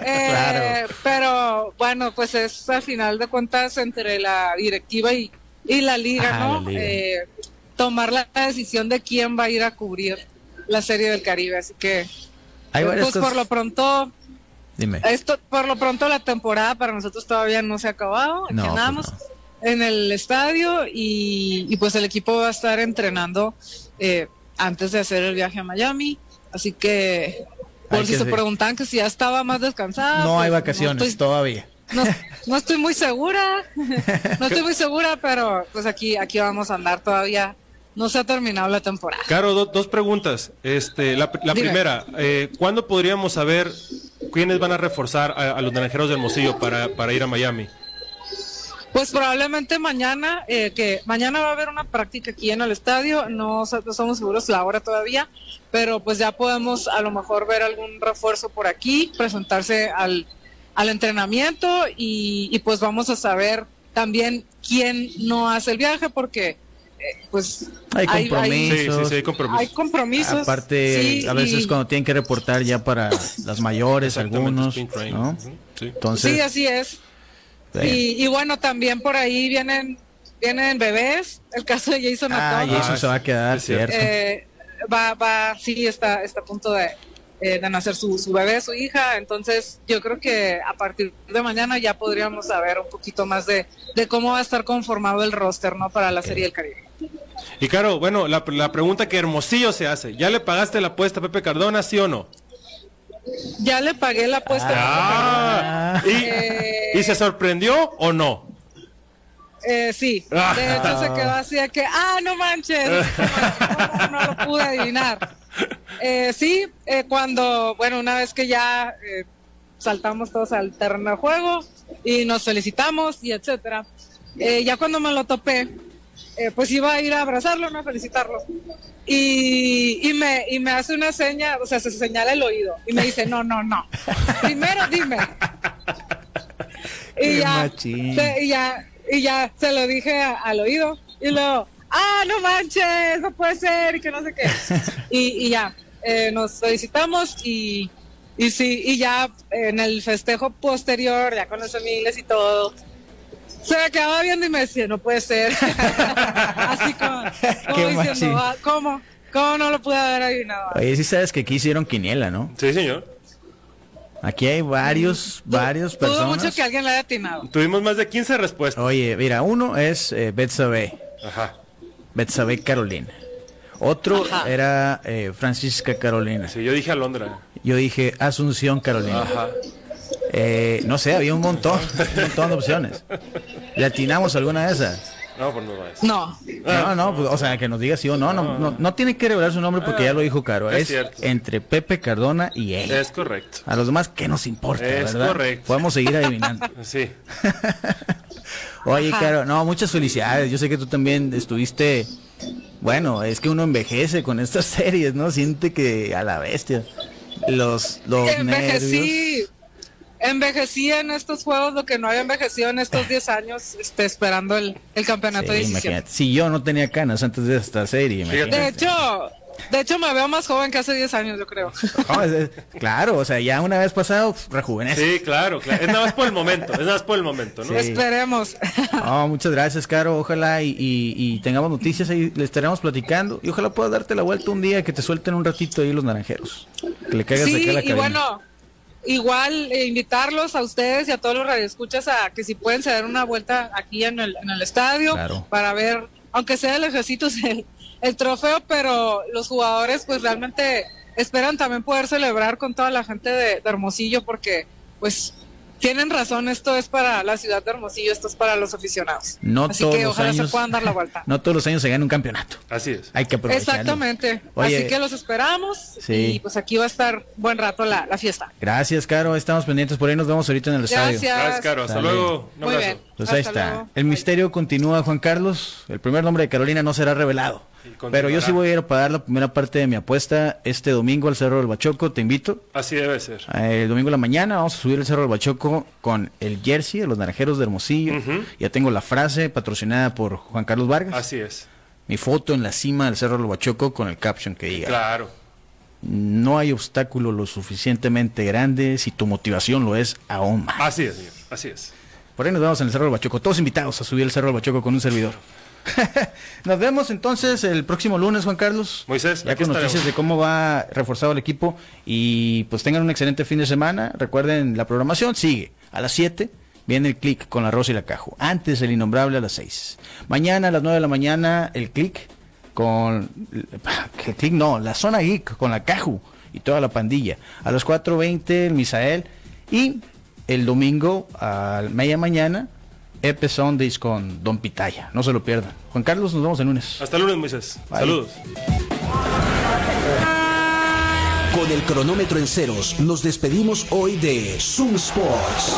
D: Eh, claro. Pero bueno, pues es al final de cuentas entre la directiva y, y la liga, ah, ¿no? La liga. Eh, tomar la decisión de quién va a ir a cubrir la Serie del Caribe. Así que, Hay pues, pues por lo pronto. Dime. Esto, por lo pronto la temporada para nosotros todavía no se ha acabado. No, pues no. en el estadio y, y, pues el equipo va a estar entrenando eh, antes de hacer el viaje a Miami. Así que, por
A: Hay
D: si
A: que
D: se
A: ser.
D: preguntan que si ya estaba más descansada.
A: No hay
D: pues,
A: vacaciones
D: no estoy-
A: todavía.
D: no, no estoy muy segura, no estoy muy segura, pero pues aquí, aquí vamos a andar todavía. No se ha terminado la temporada.
B: Caro, do- dos preguntas. Este, la la
D: Dime.
B: primera, eh, ¿cuándo podríamos saber quiénes van a reforzar a, a los naranjeros del Hermosillo para, para ir a Miami?
D: Pues probablemente mañana, eh, que mañana va a haber una práctica aquí en el estadio, no, sa- no somos seguros la hora todavía, pero pues ya podemos a lo mejor ver algún refuerzo por aquí, presentarse al, al entrenamiento y, y, pues vamos a saber también quién no hace el viaje porque eh, pues
A: Hay compromiso.
B: Sí, sí,
A: Esos-
B: sí, hay compromiso.
D: hay compromisos.
A: Aparte,
D: sí,
A: a veces
D: y-
A: cuando tienen que reportar ya para las mayores,
B: Exactamente,
A: algunos,
B: sprint training.
A: ¿no?
B: Ujú, sí.
D: Sí,
A: Entonces,
D: así es.
A: eh,
D: Y, y bueno, también por ahí vienen vienen bebés, el caso de Jason
A: ah,
D: Atom.
A: y eso
B: Ah,
A: se va a quedar,
B: es cierto.
A: cierto.
D: Eh, va, va, sí, está, está a punto de, eh, de nacer su, su bebé, su hija. Entonces, yo creo que a partir de mañana ya podríamos saber un poquito más de, de cómo va a estar conformado el roster, ¿no? Para la Serie del Caribe.
B: Y Caro, bueno, la, la pregunta que Hermosillo se hace, ¿ya le pagaste la apuesta a Pepe Cardona, sí o no?
D: Ya le pagué la apuesta.
B: Ah, ¿Y,
D: Eh.
B: ¿Y se sorprendió o no?
D: Eh, sí,
B: Ah.
D: de hecho se quedó así de que, ah, no manches, no, no lo pude adivinar. Eh, sí, eh, cuando, bueno, una vez que ya eh, saltamos todos al terreno de juego y nos felicitamos y etcétera, eh, ya cuando me lo topé, eh, pues iba a ir a abrazarlo, no a felicitarlo. Y, y, me, y me hace una seña, o sea, se señala el oído y me dice, no, no, no, primero dime.
A: Qué
D: Y ya,
A: machín.
D: se- y ya, y ya se lo dije a- al oído y luego, ah, no manches, no puede ser, y que no sé qué. y, y ya, eh, nos felicitamos y, y sí, y ya eh, en el festejo posterior, ya con los amigos y todo, se me quedaba viendo y me decía, no puede ser. Así como, como
A: Qué machín.
D: diciendo, "Ah, ¿cómo? ¿Cómo no lo pude haber adivinado?
A: Oye, sí sabes que aquí hicieron quiniela, ¿no?
B: Sí, señor.
A: Aquí hay varios, varios
D: Dudo
A: personas.
D: mucho que alguien le haya atinado.
B: Tuvimos más de 15 respuestas.
A: Oye, mira, uno es eh, Betsabe,
B: Ajá,
A: Betsabe Carolina. Otro
D: Ajá.
A: era eh, Francisca Carolina.
B: sí, yo dije Alondra.
A: Yo dije Asunción Carolina.
B: Ajá.
A: Eh, no sé, había un montón, un montón de opciones. ¿Le atinamos alguna de esas?
B: No, pues no es.
D: No,
A: No,
B: Ah.
A: no, pues, o sea, que nos diga sí o no. No, no, no tiene que revelar su nombre porque ya lo dijo Caro.
B: Ah, Es
A: Es,
B: cierto.
A: entre Pepe Cardona y él.
B: Es correcto.
A: A los demás, ¿qué nos importa?
B: Es
A: verdad?
B: correcto.
A: Podemos seguir adivinando.
B: Sí.
A: Oye,
D: Ajá.
A: Caro, no, muchas felicidades. Yo sé que tú también estuviste. Bueno, es que uno envejece con estas series, ¿no? Siente que a la bestia. Los, los nervios.
D: envejecí. Envejecí en estos juegos lo que no había envejecido en estos 10 años, este, esperando el, el campeonato
A: Sí,
D: 17.
A: imagínate. Si yo no tenía canas antes de esta serie, imagínate.
D: De hecho, de hecho me veo más joven que hace 10 años, yo creo.
A: No, es- es- claro, o sea, ya una vez pasado, pf, rejuvenece.
B: Sí, claro, claro. Es nada más por el momento, es nada más por el momento, ¿no?
A: Sí.
D: Esperemos.
A: No, muchas gracias, Caro. Ojalá y, y- y tengamos noticias ahí, le estaremos platicando. Y ojalá pueda darte la vuelta un día que te suelten un ratito ahí los naranjeros. Que le caigas de acá a la
D: Sí, y
A: cabina.
D: bueno, igual eh, invitarlos a ustedes y a todos los radioescuchas a que si pueden se dar una vuelta aquí en el, en el estadio
A: Claro.
D: para ver, aunque sea el ejército el, el trofeo, pero los jugadores pues realmente esperan también poder celebrar con toda la gente de, de Hermosillo porque pues tienen razón, esto es para la ciudad de Hermosillo, esto es para los aficionados.
A: No
D: Así
A: todos
D: que
A: los
D: ojalá
A: años-
D: se puedan dar la vuelta.
A: No todos los años se gana un campeonato.
B: Así es.
A: Hay que aprovecharlo.
D: Exactamente.
A: Oye.
D: Así que los esperamos
A: Sí.
D: y pues aquí va a estar buen rato la, la fiesta.
A: Gracias, Caro. ahí Estamos pendientes. Por ahí nos vemos ahorita en el estadio.
D: Gracias.
B: Gracias, Caro. Hasta
A: Dale.
B: luego. Un
D: Muy
B: abrazo.
D: bien.
A: Pues ahí
D: Hasta
A: está.
D: luego.
A: El misterio continúa, Juan Carlos. El primer nombre de Carolina no será revelado.
B: Y continuará.
A: Pero yo sí voy a ir a pagar la primera parte de mi apuesta este domingo al Cerro del Bachoco. Te invito.
B: Así debe ser.
A: Eh, El domingo en la mañana vamos a subir el Cerro del Bachoco con el jersey de los naranjeros de Hermosillo. Ya tengo la frase patrocinada por Juan Carlos Vargas.
B: Así es.
A: Mi foto en la cima del Cerro del Bachoco con el caption que diga.
B: Claro.
A: No hay obstáculo lo suficientemente grande si tu motivación lo es aún más.
B: Así es, señor. Así es.
A: Por ahí nos vemos en el Cerro del Bachoco. Todos invitados a subir el Cerro del Bachoco con un servidor. nos vemos entonces el próximo lunes, Juan Carlos.
B: Moisés,
A: ya
B: aquí
A: con
B: estaremos.
A: noticias de cómo va reforzado el equipo. Y pues tengan un excelente fin de semana. Recuerden, la programación sigue a las 7 Viene el click con la Rosa y la Cajo. Antes el innombrable a las 6. Mañana a las 9 de la mañana el click con... El click no, la zona geek con la Cajo y toda la pandilla. A las 4.20 el Misael y el domingo a media mañana Epe Sundays con Don Pitaya. No se lo pierdan. Juan Carlos, nos vemos el lunes.
B: Hasta el lunes, Moisés.
A: Bye.
B: Saludos.
F: Con el cronómetro en ceros, nos despedimos hoy de Zoom Sports.